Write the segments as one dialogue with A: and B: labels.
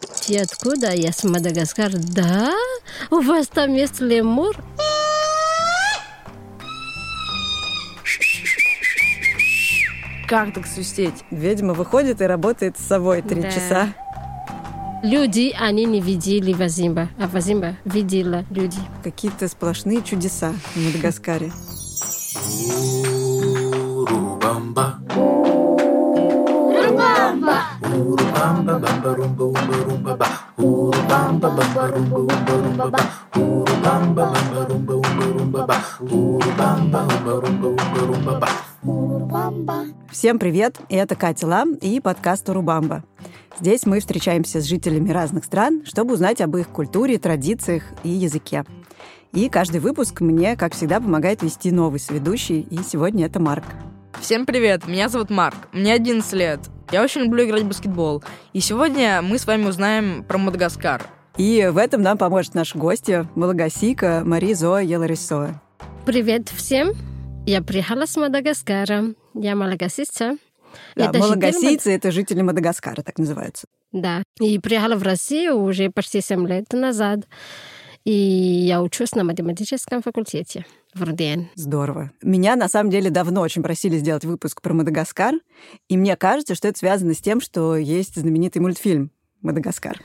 A: знаете, откуда я с Мадагаскар? Да? У вас там есть лемур?
B: Как так свистеть? Ведьма выходит и работает с собой три
A: Да.
B: часа.
A: Люди, они не видели Вазимба, а Вазимба видела люди.
B: Какие-то сплошные чудеса в Мадагаскаре.
C: Урубамба. Урубамба. Урубамба, румба, умба, румба, ба. Урубамба, бамба, румба, умба, румба, ба. Урубамба, бамба, румба, умба, румба, ба. Урубамба, умба, румба, умба, румба, ба.
B: Всем привет! И это Катя Лам и подкаст «Урубамба». Здесь мы встречаемся с жителями разных стран, чтобы узнать об их культуре, традициях и языке. И каждый выпуск мне, как всегда, помогает вести новый ведущий, и сегодня это Марк.
D: Всем привет, меня зовут Марк, мне 11 лет. Я очень люблю играть в баскетбол. И сегодня мы с вами узнаем про Мадагаскар.
B: И в этом нам поможет наша гостья, малагасийка Мария Зоя Еларисоя.
A: Привет всем! Я приехала с Мадагаскара. Я малагасица.
B: Да,
A: Это житель
B: малагасийцы — это жители Мадагаскара, так называются.
A: Да. И приехала в Россию уже почти 7 лет назад. И я учусь на математическом факультете в РДН.
B: Здорово. Меня, на самом деле, давно очень просили сделать выпуск про Мадагаскар, и мне кажется, что это связано с тем, что есть знаменитый мультфильм «Мадагаскар».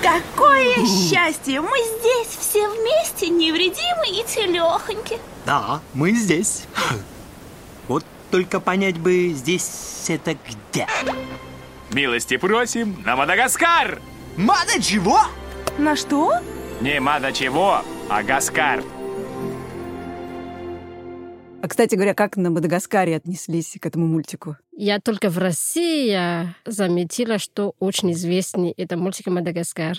E: Какое счастье! Мы здесь все вместе, невредимы и целехоньки.
F: Да, мы здесь. Вот только понять бы, здесь это где?
G: Милости просим на Мадагаскар!
F: Мада чего?
E: На что?
G: Не мада чего, а Гаскар.
B: А, кстати говоря, как на Мадагаскаре отнеслись к этому мультику?
A: Я только в России я заметила, что очень известный это мультик «Мадагаскар».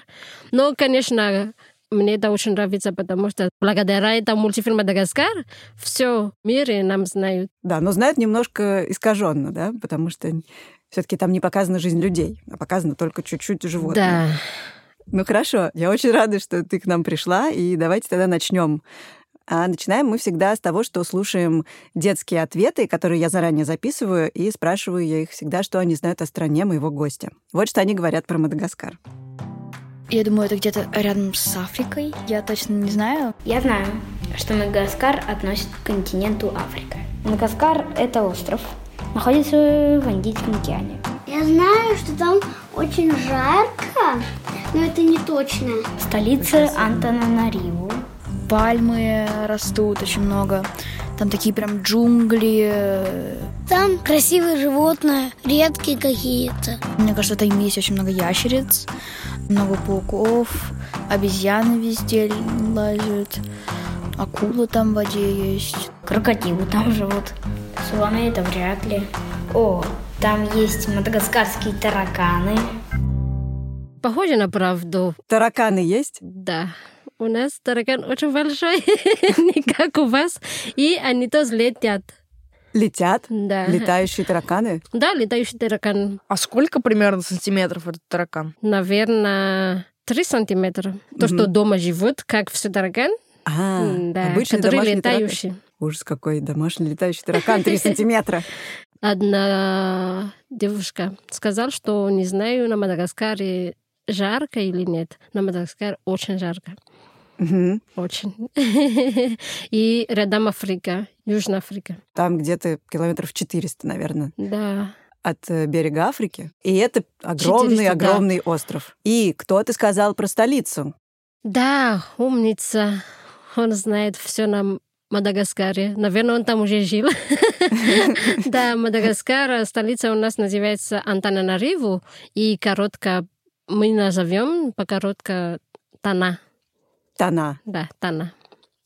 A: Но, конечно, мне это очень нравится, потому что благодаря этому мультфильму «Мадагаскар» все в мире нам знают.
B: Да, но знают немножко искаженно, да, потому что все-таки там не показана жизнь людей, а показано только чуть-чуть животных.
A: Да.
B: Ну хорошо, я очень рада, что ты к нам пришла, и давайте тогда начнем. А начинаем мы всегда с того, что слушаем детские ответы, которые я заранее записываю, и спрашиваю я их всегда, что они знают о стране моего гостя. Вот что они говорят про Мадагаскар.
H: Я думаю, это где-то рядом с Африкой. Я точно не знаю.
I: Я знаю, что Мадагаскар относит к континенту Африка. Мадагаскар – это остров, находится в Индийском океане.
J: Я знаю, что там очень жарко, но это не точно.
I: Столица Антананариву.
H: Пальмы растут очень много. Там такие прям джунгли.
J: Там красивые животные, редкие какие-то.
H: Мне кажется, там есть очень много ящериц, много пауков, обезьяны везде лазят, акулы там в воде есть.
I: Крокодилы там живут. Слоны – это вряд ли. О, там есть мадагаскарские тараканы.
A: Похоже на правду.
B: Тараканы есть?
A: Да. У нас таракан очень большой, не как у вас. И они тоже летят.
B: Летят?
A: Да.
B: Летающие тараканы?
A: Да, летающий таракан.
D: А сколько примерно сантиметров этот таракан?
A: Наверное, 3 сантиметра. То, что дома живут, как все таракан,
B: А,
A: М, да,
B: обычный
A: который
B: домашний
A: летающий.
B: таракан. Ужас какой, домашний летающий таракан, 3 сантиметра.
A: Одна девушка сказала, что не знаю, на Мадагаскаре жарко или нет. На Мадагаскаре очень жарко.
B: Мгм.
A: Очень. И рядом Африка, Южная Африка.
B: Там где-то километров 400, наверное,
A: Да.
B: от э, берега Африки. И это огромный-огромный
A: 400, да.
B: остров. И кто ты сказал про столицу?
A: Да, умница. Он знает все на Мадагаскаре. Наверное, он там уже жил. Да, Мадагаскар, столица у нас называется Антананариву. И коротко мы назовем по-коротко Тана.
B: Тана.
A: Да, Тана.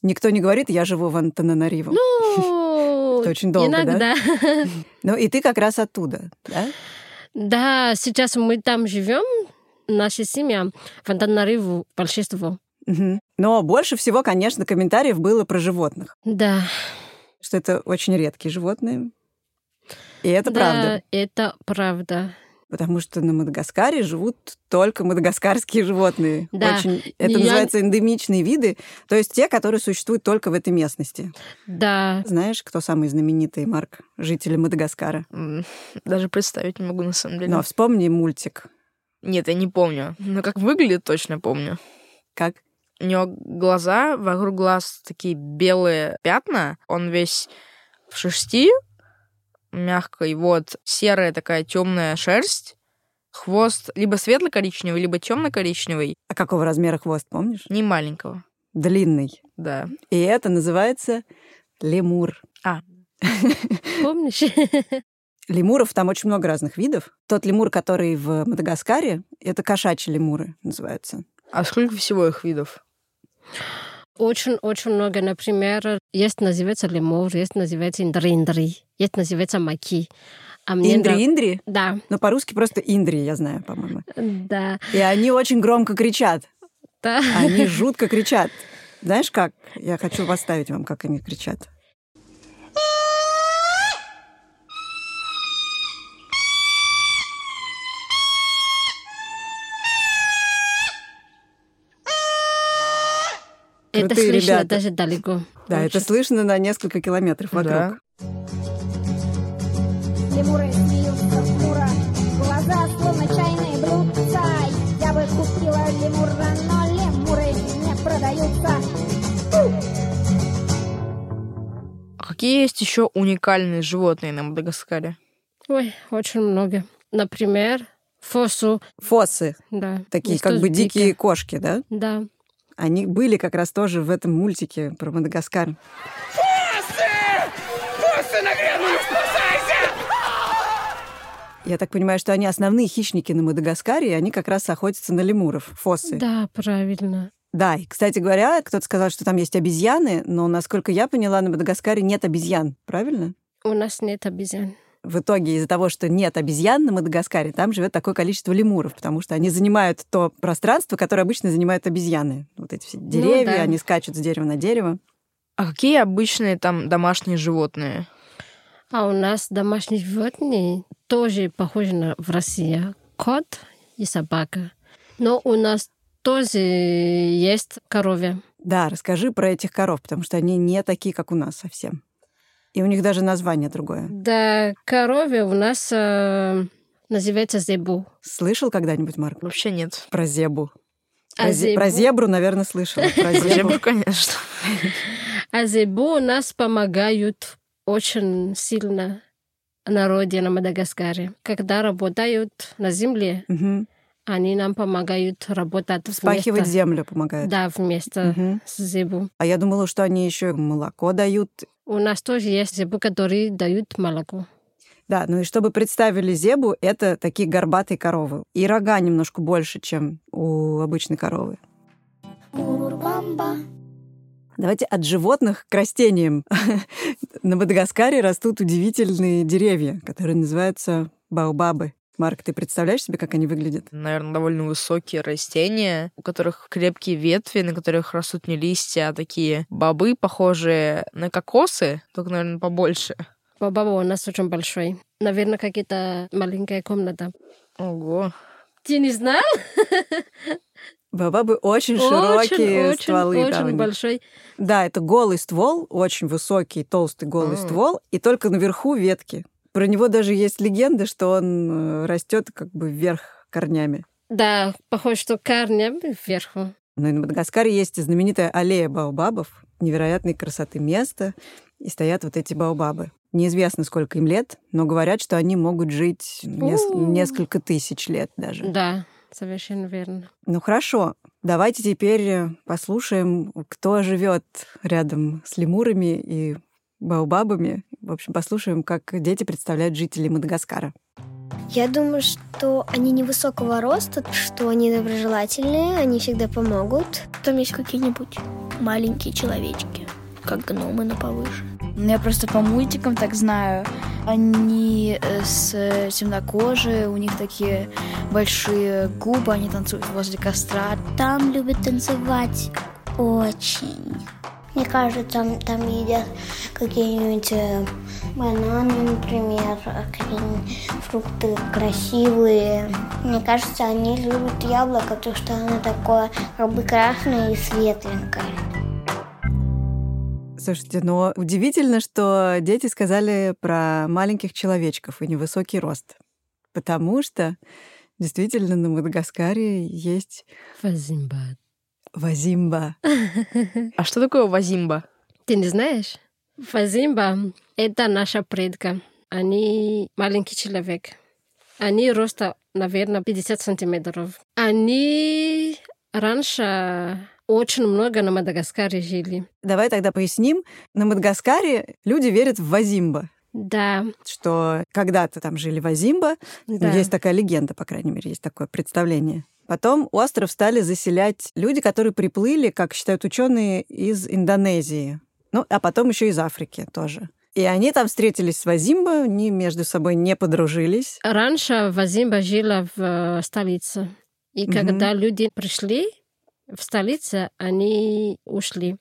B: Никто не говорит, я живу в Антананариву. Ну,
A: Ну,
B: Это очень долго, да?
A: иногда. да?
B: Ну, и ты как раз оттуда, да?
A: сейчас мы там живем, наша семья в Антанариву большинство.
B: Мгм. Но больше всего, конечно, комментариев было про животных,
A: Да.
B: что это очень редкие животные. И это
A: Да,
B: правда,
A: Это правда.
B: потому что на Мадагаскаре живут только мадагаскарские животные.
A: Да.
B: Очень, это
A: Я-
B: называется эндемичные виды, то есть те, которые существуют только в этой местности.
A: Да.
B: Знаешь, кто самый знаменитый, Марк, жители Мадагаскара?
D: М, Даже представить не могу на самом деле.
B: Ну, а вспомни мультик
D: Нет, я не помню. Но как выглядит, точно помню.
B: Как?
D: У него глаза, вокруг глаз такие белые пятна. Он весь в шерсти, мягкой. Вот серая такая темная шерсть. Хвост либо светло-коричневый, либо темно-коричневый.
B: А какого размера хвост, помнишь?
D: Не маленького.
B: Длинный.
D: Да.
B: И это называется лемур.
D: А.
A: Помнишь?
B: Лемуров там очень много разных видов. Тот лемур, который в Мадагаскаре, это кошачьи лемуры называются.
D: А сколько всего их видов?
A: Очень-очень много. Например, есть называется лемур, есть называется индри-индри, есть называется маки.
B: А мне индри, нрав... индри?
A: Да.
B: Но по-русски просто индри, я знаю, по-моему.
A: Да.
B: И они очень громко кричат.
A: Да.
B: Они жутко кричат. Знаешь как? Я хочу поставить вам, как они кричат.
A: Крутые это слышно ребята. даже далеко.
B: Да, Очень. это слышно на несколько километров вокруг. Да.
K: Лемура смеются хмуро, глаза словно чайные блюдца. Я бы купила лемура, но лемуры не продаются.
D: А какие есть еще уникальные животные на Мадагаскаре?
A: Ой, очень много. Например, фосу.
B: Фосы.
A: Да.
B: Такие как бы дикие, дикие кошки, да?
A: Да.
B: Они были как раз тоже в этом мультике про Мадагаскар.
L: Фосы! Фосы нагрянули! Спасайся!
B: Я так понимаю, что они основные хищники на Мадагаскаре, и они как раз охотятся на лемуров, фосы.
A: Да, правильно.
B: Да, и, кстати говоря, кто-то сказал, что там есть обезьяны, но, насколько я поняла, на Мадагаскаре нет обезьян, правильно?
A: У нас нет обезьян
B: в итоге из-за того, что нет обезьян на Мадагаскаре, там живет такое количество лемуров, потому что они занимают то пространство, которое обычно занимают обезьяны. Вот эти все деревья, ну, да. они скачут с дерева на дерево.
D: А какие обычные там домашние животные?
A: А у нас домашние животные тоже похожи на в России. Кот и собака. Но у нас тоже есть коровья.
B: Да, расскажи про этих коров, потому что они не такие, как у нас совсем. И у них даже название другое.
A: Да, коровье у нас э, называется зебу.
B: Слышал когда-нибудь, Марк?
D: Вообще нет.
B: Про зебу.
A: А про, зебу?
B: про зебру, наверное, слышал. Про
D: зебру, конечно.
A: А зебу у нас помогают очень сильно народе на Мадагаскаре. Когда работают на земле,
B: угу.
A: они нам помогают работать
B: Вспахивать
A: вместо...
B: землю помогают.
A: Да, вместо угу. с зебу.
B: А я думала, что они еще молоко дают
A: у нас тоже есть зебу, которые дают молоко.
B: Да, ну и чтобы представили зебу, это такие горбатые коровы. И рога немножко больше, чем у обычной коровы.
K: Урбамба.
B: Давайте от животных к растениям. На Мадагаскаре растут удивительные деревья, которые называются баобабы. Марк, ты представляешь себе, как они выглядят?
D: Наверное, довольно высокие растения, у которых крепкие ветви, на которых растут не листья, а такие бобы, похожие на кокосы, только, наверное, побольше.
A: Баба у нас очень большой. Наверное, какие-то маленькая комната.
D: Ого.
A: Ты не знал?
B: Бабабы очень, очень широкие
A: очень,
B: стволы.
A: Очень да, большой.
B: Да, это голый ствол, очень высокий, толстый голый mm. ствол, и только наверху ветки. Про него даже есть легенда, что он э, растет как бы вверх корнями.
A: Да, похоже, что корнями вверху.
B: Но и на Мадагаскаре есть знаменитая аллея баобабов, невероятной красоты место, и стоят вот эти баобабы. Неизвестно, сколько им лет, но говорят, что они могут жить нес- несколько тысяч лет даже.
A: Да, совершенно верно.
B: Ну хорошо, давайте теперь э, послушаем, кто живет рядом с лемурами и баобабами. В общем, послушаем, как дети представляют жителей Мадагаскара.
M: Я думаю, что они невысокого роста, что они доброжелательные, они всегда помогут.
N: Там есть какие-нибудь маленькие человечки, как гномы, но повыше.
H: Ну, я просто по мультикам так знаю. Они э, с темнокожие, у них такие большие губы, они танцуют возле костра.
O: Там любят танцевать очень.
J: Мне кажется, там, там едят какие-нибудь э, бананы, например, какие-нибудь фрукты красивые. Мне кажется, они любят яблоко, потому что оно такое как бы красное и светленькое.
B: Слушайте, но удивительно, что дети сказали про маленьких человечков и невысокий рост. Потому что Действительно, на Мадагаскаре есть...
A: Вазимба.
B: Вазимба.
D: А что такое вазимба?
A: Ты не знаешь? Вазимба — это наша предка. Они маленький человек. Они роста, наверное, 50 сантиметров. Они раньше очень много на Мадагаскаре жили.
B: Давай тогда поясним. На Мадагаскаре люди верят в Вазимба.
A: Да.
B: Что когда-то там жили Вазимба. Да. Ну, есть такая легенда, по крайней мере, есть такое представление. Потом остров стали заселять люди, которые приплыли, как считают ученые, из Индонезии. Ну, а потом еще из Африки тоже. И они там встретились с Вазимба, они между собой не подружились.
A: Раньше Вазимба жила в э, столице. И угу. когда люди пришли в столице, они ушли.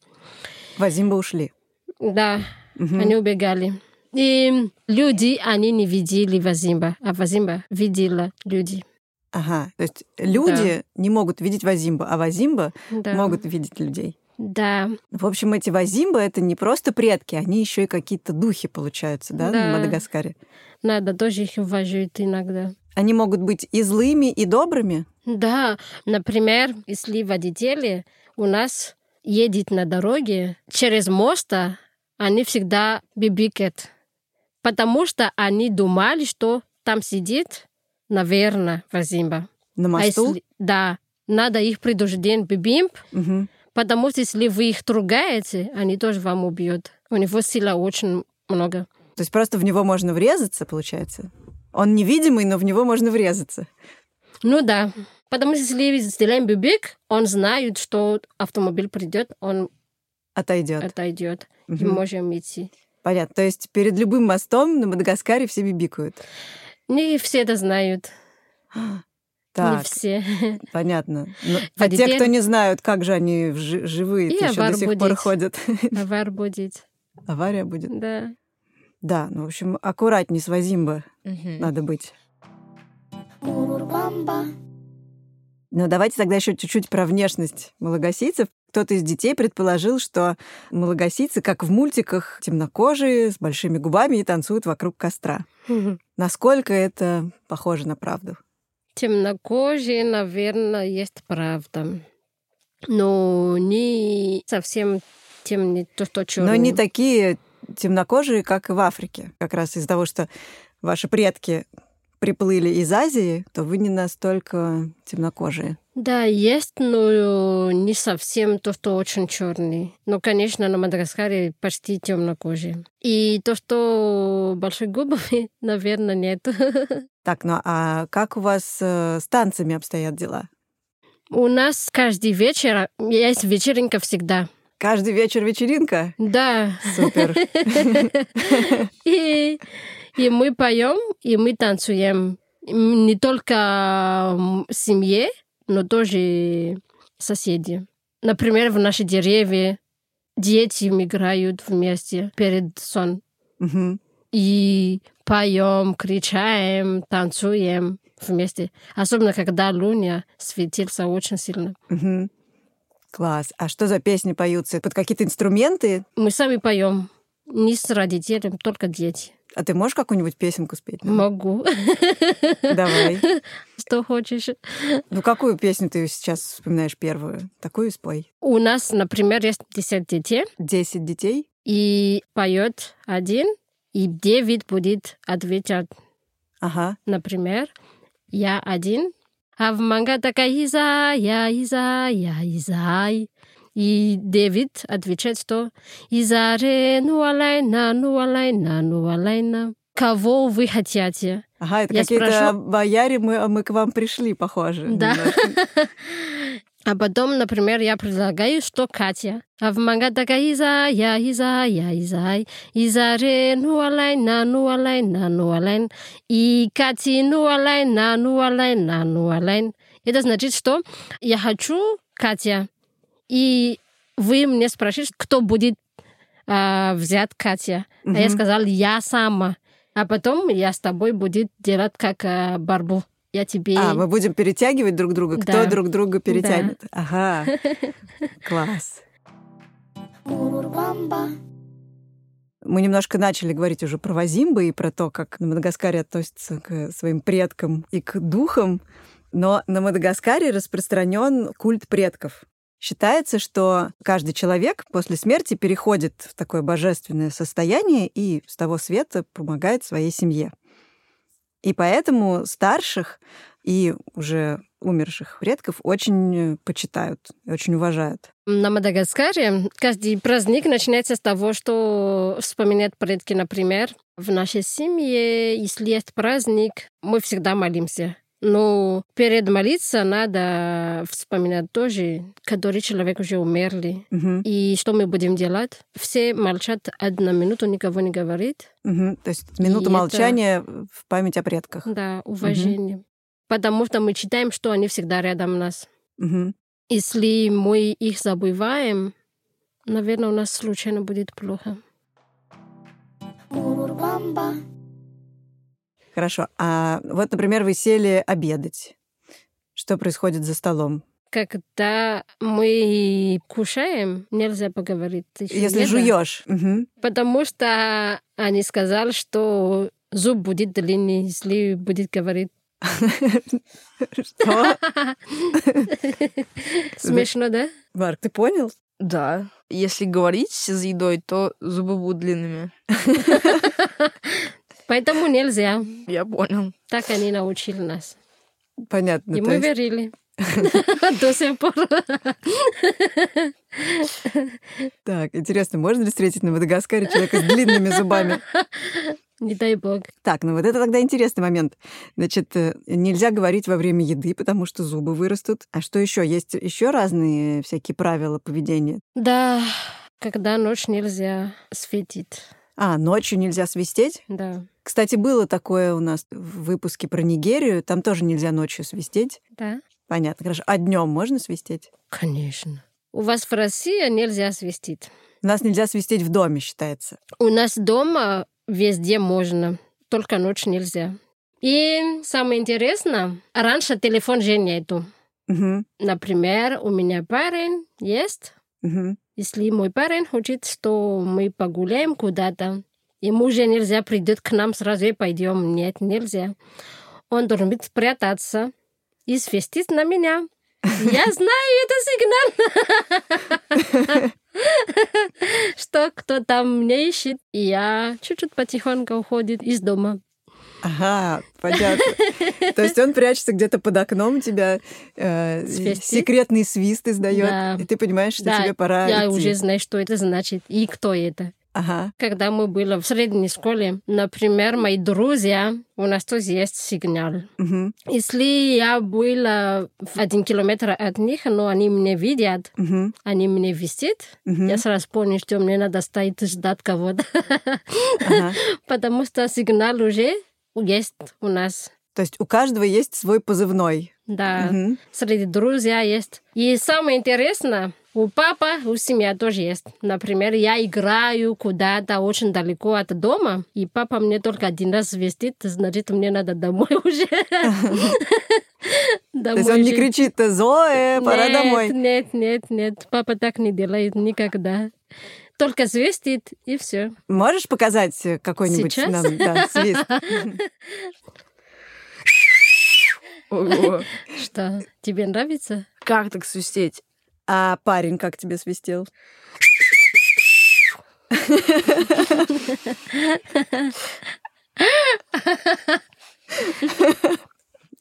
B: Вазимба ушли.
A: Да, угу. они убегали. И люди, они не видели Вазимба, а Вазимба видела людей.
B: Ага, то есть люди да. не могут видеть Вазимба, а Вазимба да. могут видеть людей.
A: Да.
B: В общем, эти Вазимба это не просто предки, они еще и какие-то духи получаются, да, да. на Мадагаскаре.
A: Надо тоже их уважать иногда.
B: Они могут быть и злыми, и добрыми.
A: Да, например, если водители у нас едет на дороге через мост, они всегда бибикают, потому что они думали, что там сидит наверное, Вазимба.
B: На мосту?
A: А если, да. Надо их предупреждать бибимп, угу. потому что если вы их тругаете, они тоже вам убьют. У него сила очень много.
B: То есть просто в него можно врезаться, получается? Он невидимый, но в него можно врезаться.
A: Ну да. Потому что если сделаем бибик, он знает, что автомобиль придет, он
B: отойдет.
A: Отойдет. Угу. И можем идти.
B: Понятно. То есть перед любым мостом на Мадагаскаре все бибикают.
A: Не все это знают.
B: Так,
A: не все.
B: Понятно. Но, а, а те, кто не знают, как же они жи- живые,
A: И
B: еще до сих
A: будет.
B: пор ходят.
A: Авар будет.
B: Авария будет?
A: Да.
B: Да, ну, в общем, аккуратнее с Вазимба угу. надо быть. Ну, давайте тогда еще чуть-чуть про внешность малагасийцев. Кто-то из детей предположил, что малагасийцы, как в мультиках, темнокожие, с большими губами и танцуют вокруг костра. Угу. Насколько это похоже на правду?
A: Темнокожие, наверное, есть правда. Но не совсем темные, то, что черные.
B: Но не такие темнокожие, как в Африке. Как раз из-за того, что ваши предки приплыли из Азии, то вы не настолько темнокожие.
A: Да, есть, но не совсем то, что очень черный. Но, конечно, на Мадагаскаре почти темнокожие. И то, что большой губами, наверное, нет.
B: Так, ну а как у вас э, с танцами обстоят дела?
A: У нас каждый вечер а, есть вечеринка всегда.
B: Каждый вечер вечеринка?
A: Да.
B: Супер.
A: И и мы поем, и мы танцуем. Не только семье, но тоже соседи. Например, в наши деревья дети играют вместе перед сон.
B: Угу.
A: И поем, кричаем, танцуем вместе. Особенно, когда луня светился очень сильно.
B: Угу. Класс. А что за песни поются? Под какие-то инструменты?
A: Мы сами поем. Не с родителями, только дети.
B: А ты можешь какую-нибудь песенку спеть?
A: Нам? Могу.
B: Давай.
A: Что хочешь.
B: Ну, какую песню ты сейчас вспоминаешь первую? Такую спой.
A: У нас, например, есть 10 детей.
B: 10 детей?
A: И поет один, и девять будет отвечать.
B: Ага.
A: Например, я один, а в манга такая иза, я иза, я изай. И Дэвид отвечает, что «Изаре ну нуалайна, нуалайна, нуалайна». ну Кого вы хотите?
B: Ага, это Я какие-то спрошу... бояре, мы, мы к вам пришли, похоже.
A: Да. А потом, например, я предлагаю, что Катя. А в манга такая иза, я иза, я иза, а изаре, ну алайна, ну алайна, ну алайн. И Кати, ну алайна, ну алайна, ну алайн. Это значит, что я хочу Катя. И вы мне спрашиваете, кто будет э, взят Катя. Угу. А я сказала, я сама. А потом я с тобой будет делать как э, барбу. Я тебе...
B: А, мы будем перетягивать друг друга? Да. Кто друг друга перетянет? Да. Ага. Класс. Мы немножко начали говорить уже про Вазимбы и про то, как на Мадагаскаре относятся к своим предкам и к духам. Но на Мадагаскаре распространен культ предков. Считается, что каждый человек после смерти переходит в такое божественное состояние и с того света помогает своей семье. И поэтому старших и уже умерших предков очень почитают, очень уважают.
A: На Мадагаскаре каждый праздник начинается с того, что вспоминают предки, например. В нашей семье, если есть праздник, мы всегда молимся. Но перед молиться надо вспоминать тоже, который человек уже умерли.
B: Мгм.
A: И что мы будем делать? Все молчат одну минуту, никого не говорит.
B: Мгм. То есть минута
A: это-
B: молчания в память о предках.
A: Да, уважение. Потому что мы считаем, что они всегда рядом нас.
B: Мгм.
A: Если мы их забываем, наверное, у нас случайно будет плохо.
B: Хорошо. А вот, например, вы сели обедать. Что происходит за столом?
A: Когда мы кушаем, нельзя поговорить. ещё,
B: Если
A: верно?
B: жуешь. Мгм.
A: Потому что они сказали, что зуб будет длинный, если будет говорить.
B: Что?
A: Смешно, да?
B: Марк, ты понял?
D: Да. Если говорить за едой, то зубы будут длинными.
A: Поэтому нельзя.
D: Я понял.
A: Так они научили нас.
B: Понятно.
A: И
B: Ну, то
A: мы
B: есть-
A: верили. До сих пор.
B: Так, интересно, можно ли встретить на Мадагаскаре человека с длинными зубами?
A: Не дай бог.
B: Так, ну вот это тогда интересный момент. Значит, э, нельзя говорить во время еды, потому что зубы вырастут. А что еще? Есть еще разные всякие правила поведения.
A: Да, когда ночь нельзя светить.
B: А, ночью нельзя свистеть?
A: Да,
B: Кстати, было такое у нас в выпуске про Нигерию. Там тоже нельзя ночью свистеть.
A: да.
B: Понятно, хорошо. А днем можно свистеть?
A: Конечно. У вас в России нельзя свистить.
B: У нас нельзя свистеть в доме, считается.
A: У нас дома везде можно, только ночь нельзя. И самое интересное, раньше телефон же нету.
B: Мгм,
A: Например, у меня парень есть.
B: мгм.
A: Если мой парень хочет, что мы погуляем куда-то, ему же нельзя придет к нам сразу и пойдем. Нет, нельзя. Он должен быть спрятаться и свистит на меня. Я знаю, это сигнал, что кто там меня ищет. И я чуть-чуть потихоньку уходит из дома.
B: Ага, понятно. То есть он прячется где-то под окном, у тебя э,
A: Свистит.
B: секретный свист издает,
A: Да.
B: и ты понимаешь, что
A: Да,
B: тебе пора
A: Я
B: идти.
A: уже знаю, что это значит и кто это.
B: Ага.
A: Когда мы были в средней школе, например, мои друзья, у нас тоже есть сигнал.
B: Мгм.
A: Если я была в один километр от них, но они меня видят,
B: Мгм.
A: они меня висят,
B: Мгм.
A: я сразу понял, что мне надо стоять и ждать кого-то.
B: Ага.
A: Потому что сигнал уже есть у нас.
B: То есть у каждого есть свой позывной.
A: Да,
B: Мгм.
A: среди друзей есть. И самое интересное, у папа, у семья тоже есть. Например, я играю куда-то очень далеко от дома, и папа мне только один раз вестит, значит, мне надо домой уже.
B: То есть он не кричит «Зоэ, пора
A: нет,
B: домой».
A: Нет, нет, нет, папа так не делает никогда. Только свистит, и все.
B: Можешь показать э, какой-нибудь
A: Сейчас?
B: нам да, свист?
D: Ого.
A: Что, тебе нравится?
D: Как так свистеть?
B: А парень как тебе свистел?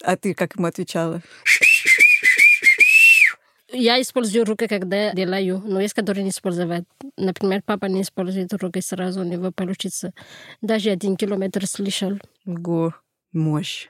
B: А ты как ему отвечала?
A: Я использую руки, когда делаю, но есть, которые не использовать. Например, папа не использует руки, сразу у него получится. Даже один километр слышал.
D: Ого.
B: Мощь.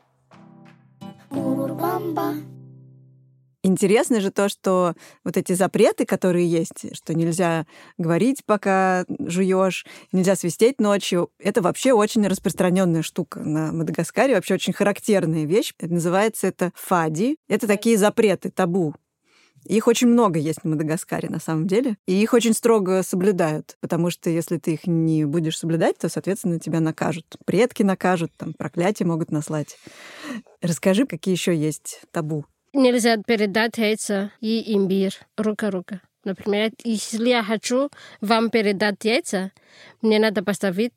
B: Интересно же то, что вот эти запреты, которые есть, что нельзя говорить, пока жуешь, нельзя свистеть ночью, это вообще очень распространенная штука на Мадагаскаре, вообще очень характерная вещь. Это называется это фади. Это такие запреты, табу. Их очень много есть на Мадагаскаре, на самом деле. И их очень строго соблюдают, потому что если ты их не будешь соблюдать, то, соответственно, тебя накажут. Предки накажут, там, проклятие могут наслать. Расскажи, какие еще есть табу.
A: Нельзя передать яйца и имбирь. Рука-рука. Например, если я хочу вам передать яйца, мне надо поставить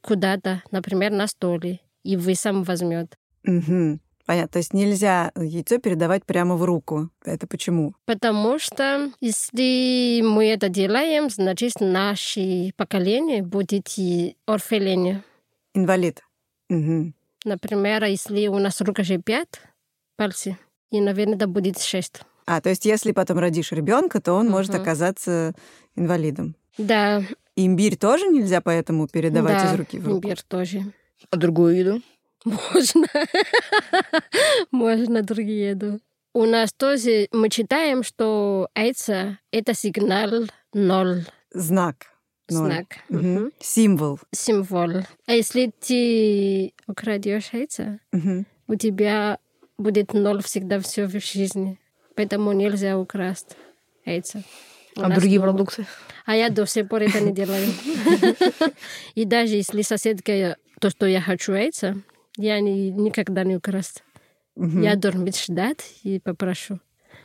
A: куда-то, например, на столе, и вы сам возьмет.
B: Мгм. Понятно. То есть нельзя яйцо передавать прямо в руку. Это почему?
A: Потому что если мы это делаем, значит, наше поколение будет и орфеление.
B: Инвалид. Мгм.
A: Например, если у нас рука же пять пальцы, и, наверное, это будет шесть.
B: А, то есть если потом родишь ребенка, то он может
A: Мгм.
B: оказаться инвалидом.
A: Да,
B: Имбирь тоже нельзя поэтому передавать
A: да,
B: из руки в руку?
A: имбирь тоже.
D: А другую еду?
A: Можно. Можно другие еду. У нас тоже мы читаем, что яйца — это сигнал ноль.
B: Знак. Ноль.
A: Знак.
B: Мгм. Символ.
A: Символ. А если ты украдешь яйца,
B: Мгм.
A: у тебя будет ноль всегда все в жизни. Поэтому нельзя украсть яйца. У
D: А
A: нас
D: другие
A: норма.
D: продукты?
A: А я до сих пор это не делаю. И даже если соседка то, что я хочу яйца, я не- никогда не украсть.
B: Мгм.
A: Я должен ждать и попрошу.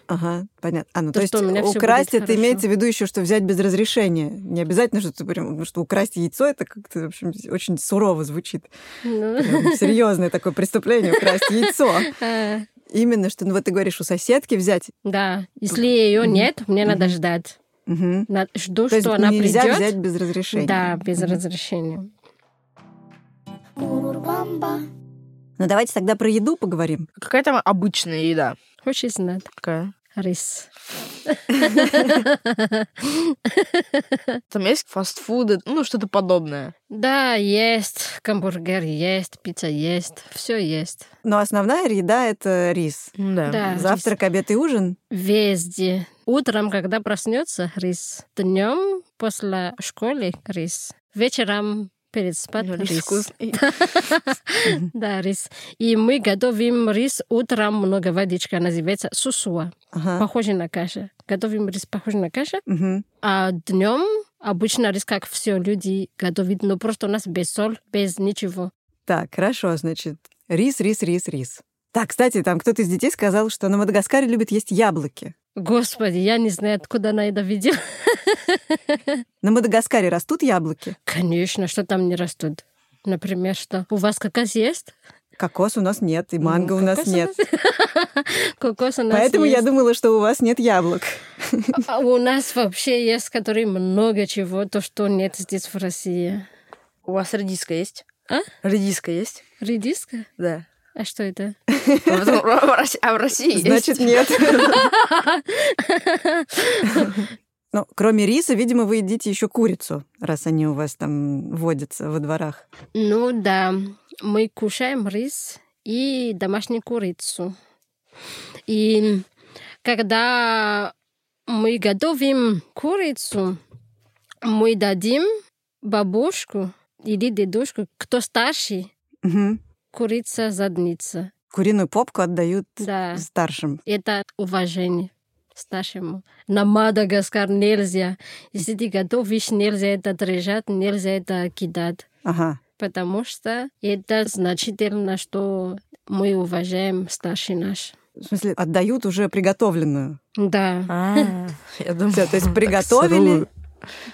B: Ага, понятно. А, ну, то,
A: То,
B: есть
A: что у меня всё
B: украсть
A: будет
B: это
A: хорошо.
B: имеется в виду еще, что взять без разрешения. Не обязательно, что ты прям, ну, что украсть яйцо, это как-то, в общем, очень сурово звучит.
A: Ну.
B: Прям серьезное такое преступление украсть яйцо.
A: А,
B: Именно, что, ну вот ты говоришь, у соседки взять.
A: Да, если ее нет, мне надо ждать.
B: Мгм.
A: На- Жду,
B: То есть
A: что она
B: нельзя
A: придет.
B: взять без разрешения.
A: Да, без
B: Мгм.
A: разрешения.
B: Ну давайте тогда про еду поговорим.
D: Какая там обычная еда?
A: Хочешь знать?
D: Какая?
A: Рис.
D: Там есть фастфуды, ну, что-то подобное.
A: Да, есть гамбургер, есть пицца, есть, все есть.
B: Но основная еда — это рис.
D: Да.
A: Да,
B: Завтрак, обед и ужин.
A: Везде. Утром, когда проснется, рис. Днем после школы рис. Вечером перед спать
D: Ну, рис
A: рис.
D: вкусный.
A: Да, рис. И мы готовим рис утром, много водичка, называется сусуа.
B: Ага.
A: Похоже на кашу. Готовим рис, похоже на кашу.
B: Мгм.
A: А днем обычно рис, как все люди готовят, но просто у нас без соль, без ничего.
B: Так, хорошо, значит, рис, рис, рис, рис. Так, кстати, там кто-то из детей сказал, что на Мадагаскаре любят есть яблоки.
A: Господи, я не знаю, откуда она это видела.
B: На Мадагаскаре растут яблоки?
A: Конечно, что там не растут. Например, что у вас кокос есть?
B: Кокос у нас нет, и манго у
A: Ну,
B: нас нет.
A: Кокос у нас
B: Поэтому я
A: есть.
B: думала, что у вас нет яблок.
A: А у нас вообще есть, которые много чего, то, что нет здесь в России.
D: У вас редиска есть?
A: А?
D: Редиска есть?
A: Редиска?
D: Да.
A: А что это?
D: А потом, в Росси- а в России есть?
B: Значит, нет. Ну, кроме риса, видимо, вы едите еще курицу, раз они у вас там водятся во дворах.
A: Ну да, мы кушаем рис и домашнюю курицу. И когда мы готовим курицу, мы дадим бабушку или дедушку, кто старше,
B: Мгм.
A: курица задница.
B: Куриную попку отдают
A: Да.
B: старшим.
A: Это уважение старшему. На Мадагаскар нельзя. Если ты готовишь, нельзя это дрожать, нельзя это кидать.
B: Ага.
A: потому что это значительно, что мы уважаем старший наш.
B: В смысле, отдают уже приготовленную.
A: Да.
D: А, Я думаю,
B: Всё, то есть приготовили,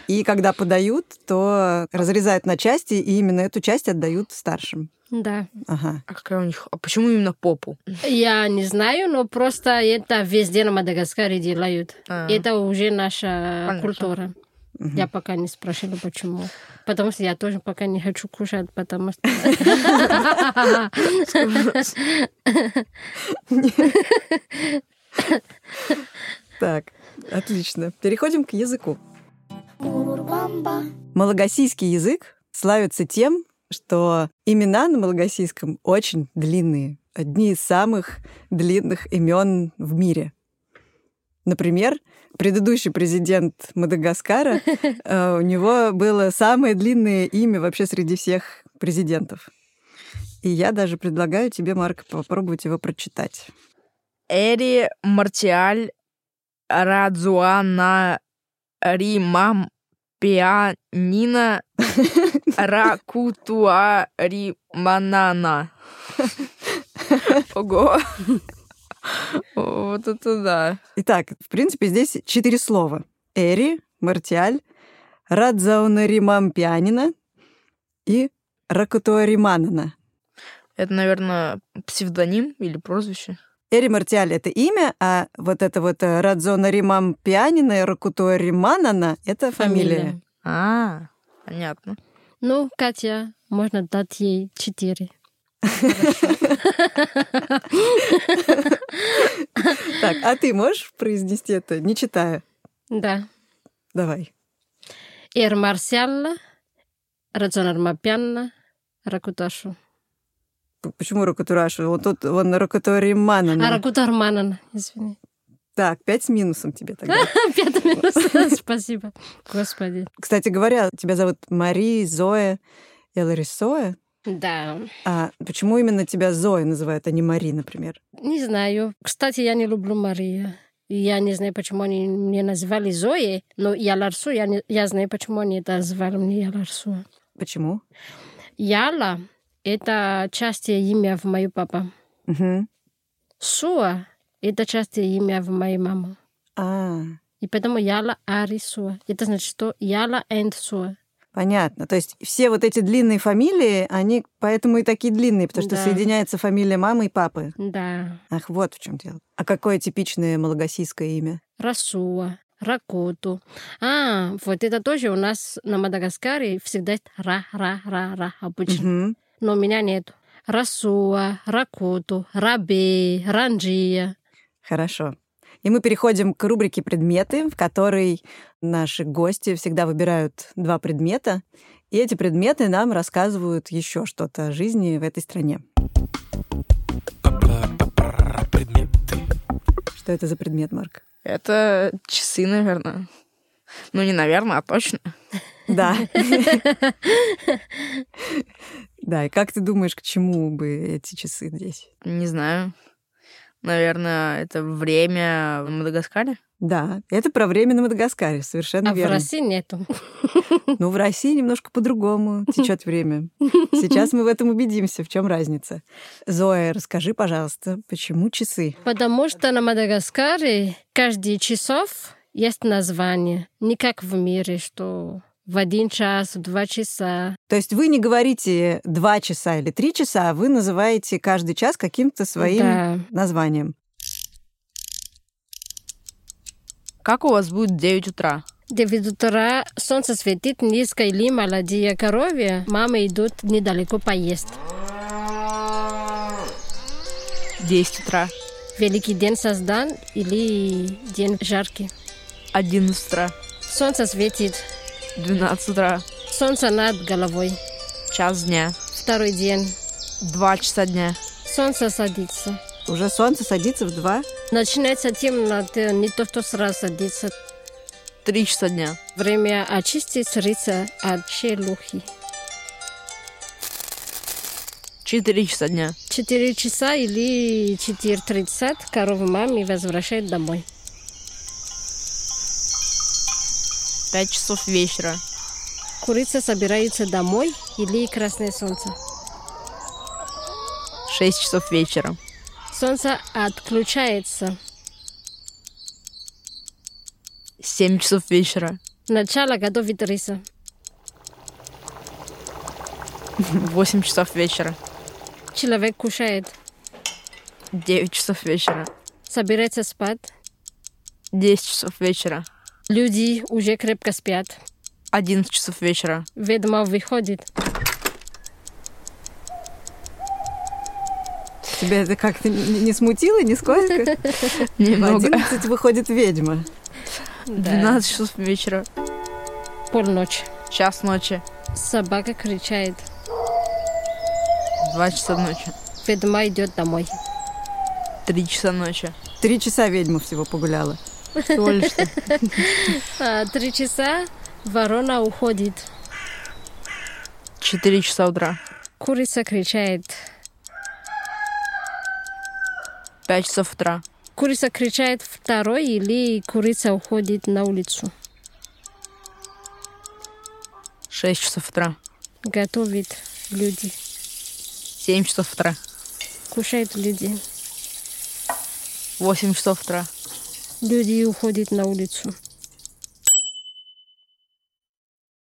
B: и когда подают, то разрезают на части, и именно эту часть отдают старшим.
A: Да.
B: Ага.
D: А какая у них? А почему именно попу?
A: Я не знаю, но просто это везде на Мадагаскаре делают.
D: А.
A: Это уже наша
D: Понятно.
A: культура.
B: Мгм.
A: Я пока не спросила, почему. Потому что я тоже пока не хочу кушать, потому что...
B: Так, отлично. Переходим к языку. Малагасийский язык славится тем, что имена на малагасийском очень длинные. Одни из самых длинных имен в мире. Например, предыдущий президент Мадагаскара, э, у него было самое длинное имя вообще среди всех президентов. И я даже предлагаю тебе, Марк, попробовать его прочитать.
D: Эри Мартиаль Радзуана Римам Пианина Ракутуа Риманана. Ого. Вот это да.
B: Итак, в принципе, здесь четыре слова. Эри, Мартиаль, Радзаунаримам Пианина и Ракатуариманана.
D: Это, наверное, псевдоним или прозвище.
B: Эри Мартиаль — это имя, а вот это вот Радзаунаримам Пианина и Ракатуариманана — это фамилия.
D: А, понятно.
A: Ну, Катя, можно дать ей четыре.
B: Так, а ты можешь произнести это, не читая?
A: Да.
B: Давай.
A: Эр Марсиалла, Раджонар Мапянна, Ракуташу.
B: Почему Ракутурашу? Вот тут он Ракутуриманан.
A: А Ракутарманан, извини.
B: Так, пять с минусом тебе тогда.
A: Пять минусом, спасибо. Господи.
B: Кстати говоря, тебя зовут Мари, Зоя, Эларисоя?
A: Да.
B: А почему именно тебя Зоя называют, а не Мари, например?
A: Не знаю. Кстати, я не люблю Мария. Я не знаю, почему они меня называли Зоей, но я Ларсу, я, не, я знаю, почему они это называли мне я Ларсу.
B: Почему?
A: Яла — это часть имя в мою папа.
B: Угу.
A: Суа — это часть имя в мою маму.
B: А.
A: И поэтому Яла Ари Суа. Это значит, что Яла энд Суа.
B: Понятно. То есть все вот эти длинные фамилии, они поэтому и такие длинные, потому что
A: Да.
B: соединяется фамилия мамы и папы.
A: Да.
B: Ах, вот в чем дело. А какое типичное малагасийское имя?
A: Расуа, Ракоту. А, вот это тоже у нас на Мадагаскаре всегда есть ра-ра-ра-ра обычно.
B: Мгм.
A: Но у меня нет. Расуа, Ракоту, Рабе, Ранджия.
B: Хорошо. И мы переходим к рубрике «Предметы», в которой наши гости всегда выбирают два предмета, и эти предметы нам рассказывают еще что-то о жизни в этой стране. Что это за предмет, Марк?
D: Это часы, наверное. Ну, не наверное, а точно.
B: Да. Да, и как ты думаешь, к чему бы эти часы здесь?
D: Не знаю. Наверное, это время в Мадагаскаре.
B: Да, это про время на Мадагаскаре, совершенно
A: А в
B: верно.
A: России нету.
B: Ну, в России немножко по-другому течет время. Сейчас мы в этом убедимся, в чем разница. Зоя, расскажи, пожалуйста, почему часы?
A: Потому что на Мадагаскаре каждый часов есть название. Не как в мире, что в один час, в два часа.
B: То есть вы не говорите два часа или три часа, а вы называете каждый час каким-то своим
A: Да.
B: названием.
D: Как у вас будет 9 утра?
A: 9 утра солнце светит низко или молодые коровья. Мамы идут недалеко поесть.
D: 10 утра.
A: Великий день создан или день жаркий.
D: 11 утра.
A: Солнце светит.
D: 12 утра.
A: Солнце над головой.
D: Час дня.
A: Второй день.
D: Два часа дня.
A: Солнце садится.
B: Уже солнце садится в два.
A: Начинается темнота, не то, что сразу садится.
D: Три часа дня.
A: Время очистить рыца от шелухи.
D: Четыре часа дня.
A: 4 часа или 4.30 корову маме возвращает домой.
D: Пять часов вечера.
A: Курица собирается домой или красное солнце.
D: Шесть часов вечера.
A: Солнце отключается.
D: Семь часов вечера.
A: Начало готовит риса.
D: Восемь часов вечера.
A: Человек кушает.
D: Девять часов вечера.
A: Собирается спать.
D: Десять часов вечера.
A: Люди уже крепко спят.
D: Одиннадцать часов вечера.
A: Ведьма выходит.
B: Тебя это как-то не не смутило нисколько? В
D: Немного.
B: 11 выходит ведьма.
D: Двенадцать часов вечера.
A: Полночь.
D: Час ночи.
A: Собака кричает.
D: Два часа ночи.
A: Ведьма идет домой.
D: Три часа ночи.
B: Три часа ведьма всего погуляла.
D: Всего лишь
A: А, Три часа ворона уходит.
D: Четыре часа утра.
A: Курица кричает.
D: Пять часов утра.
A: Курица кричает второй или курица уходит на улицу.
D: Шесть часов утра.
A: Готовит люди.
D: Семь часов утра.
A: Кушают люди.
D: Восемь часов утра.
A: Люди уходят на улицу.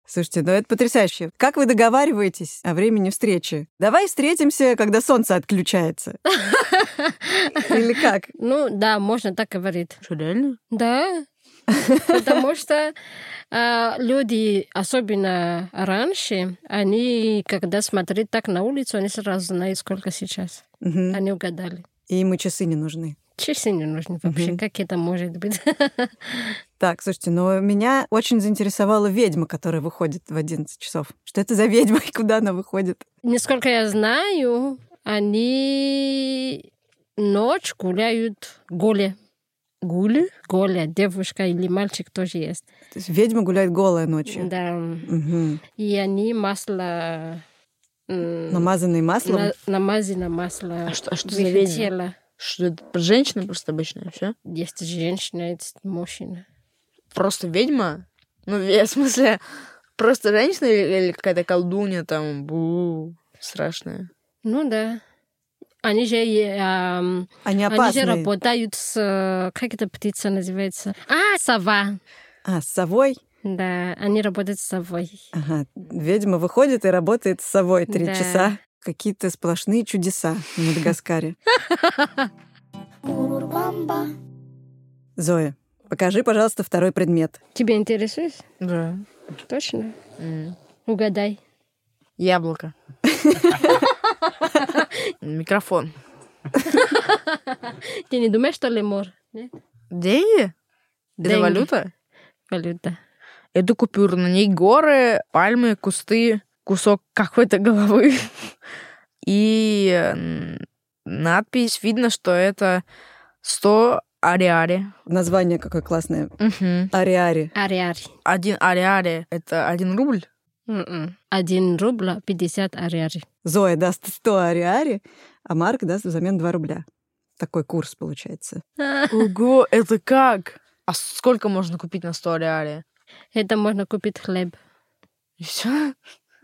B: Слушайте, ну это потрясающе. Как вы договариваетесь о времени встречи? Давай встретимся, когда солнце отключается. Или как?
A: Ну да, можно так говорить.
D: Что, реально?
A: Да. Потому что э, люди, особенно раньше, они, когда смотрели так на улицу, они сразу знают, сколько сейчас.
B: Мгм.
A: Они угадали.
B: И ему часы не нужны.
A: Часы не нужны вообще.
B: Мгм.
A: Как это может быть?
B: Так, слушайте, но меня очень заинтересовала ведьма, которая выходит в 11 часов. Что это за ведьма и куда она выходит?
A: Насколько я знаю, они ночь гуляют голе. Гули? Голе. Девушка или мальчик тоже есть.
B: То есть ведьма гуляет голая ночью.
A: Да.
B: Мгм.
A: И они масло... м,
B: Намазанные маслом?
A: на- намазано масло.
D: А что, а что
A: в
D: за
A: их
D: ведьма?
A: тело.
D: Что это женщина просто обычная, все?
A: Есть женщина, есть мужчина.
D: Просто ведьма? Ну, в смысле, просто женщина или, или какая-то колдунья там, бу, страшная.
A: Ну да. Они же, э, эм,
B: Они
A: же
B: опасные.
A: работают с... э, Как эта птица называется? А, сова.
B: А, с совой?
A: Да, они работают с совой.
B: Ага. Ведьма выходит и работает с собой три
A: Да.
B: часа. Какие-то сплошные чудеса на Мадагаскаре. Зоя, покажи, пожалуйста, второй предмет.
A: Тебя интересует?
D: Да.
A: Точно? Угадай.
D: Яблоко. Микрофон.
A: Ты не думаешь, что лемур? Нет?
D: Деньги?
A: Деньги.
D: Это валюта?
A: Валюта.
D: Это купюра. На ней горы, пальмы, кусты, кусок какой-то головы. И м, надпись. Видно, что это 100 ариари.
B: Название какое классное.
D: Мгм.
B: Ариари.
A: Ариари.
D: Один ариари — это один рубль?
A: М-м. Один рубля пятьдесят ариари.
B: Зоя даст 100 ариари, а Марк даст взамен 2 рубля. Такой курс получается.
D: Ого, это как? А сколько можно купить на 100 ариари?
A: Это можно купить хлеб.
D: И все?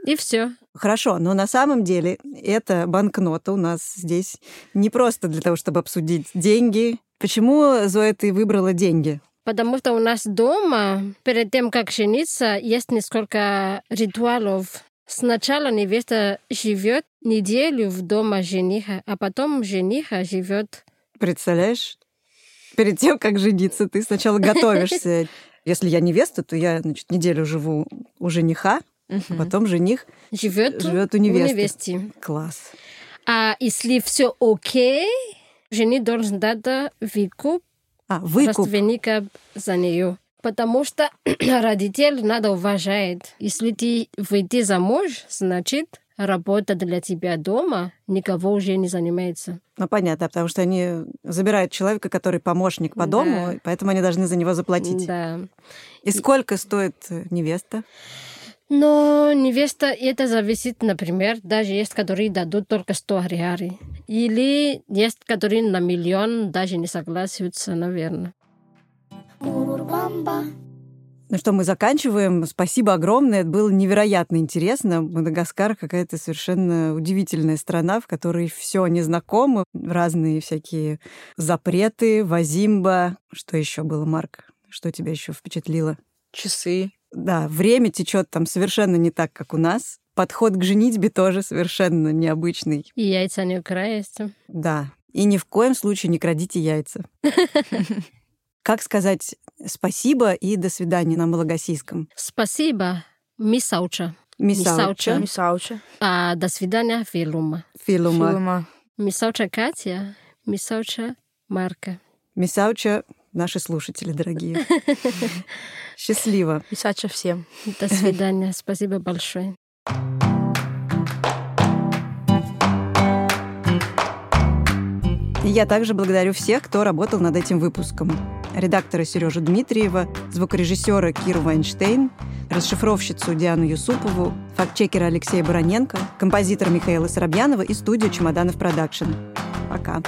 A: И все.
B: Хорошо, но на самом деле эта банкнота у нас здесь не просто для того, чтобы обсудить деньги. Почему, Зоя, ты выбрала деньги?
A: Потому что у нас дома, перед тем, как жениться, есть несколько ритуалов. Сначала невеста живет неделю в дома жениха, а потом жениха живет.
B: Представляешь? Перед тем, как жениться, ты сначала готовишься. Если я невеста, то я, значит, неделю живу у жениха, а потом жених
A: Живет,
B: живет Э, у
A: у
B: невесты.
A: невесты.
B: Класс.
A: А если все окей, жених должен дать выкуп
B: А, выкуп.
A: родственника за нее. Потому что родителей надо уважать. Если ты выйти замуж, значит, работа для тебя дома никого уже не занимается.
B: Ну, понятно, потому что они забирают человека, который помощник по дому,
A: Да.
B: и поэтому они должны за него заплатить.
A: Да.
B: И сколько стоит э, невеста?
A: Но невеста, это зависит, например, даже есть, которые дадут только 100 ариари. Или есть, которые на миллион даже не согласятся, наверное.
B: Ну что, мы заканчиваем. Спасибо огромное. Это было невероятно интересно. Мадагаскар какая-то совершенно удивительная страна, в которой все незнакомо. Разные всякие запреты, Вазимба. Что еще было, Марк? Что тебя еще впечатлило?
D: Часы.
B: Да, время течет там совершенно не так, как у нас. Подход к женитьбе тоже совершенно необычный.
A: И яйца не украсть.
B: Да. И ни в коем случае не крадите яйца. Как сказать спасибо и до свидания на малагасийском?
A: Спасибо, мисс Ауча.
B: Мисауча.
A: Мисс
D: Ауча.
A: А, до свидания, Филума.
B: Филума.
D: Филма.
A: Мисс Ауча Катя, мисс Ауча Марка.
B: Мисауча, наши слушатели дорогие. Счастливо.
D: И Сача всем.
A: До свидания, спасибо большое.
B: И я также благодарю всех, кто работал над этим выпуском. Редактора Сережу Дмитриева, звукорежиссера Киру Вайнштейн, расшифровщицу Диану Юсупову, фактчекера Алексея Бароненко, композитора Михаила Соробьянова и студию «Чемоданов Продакшн». Пока.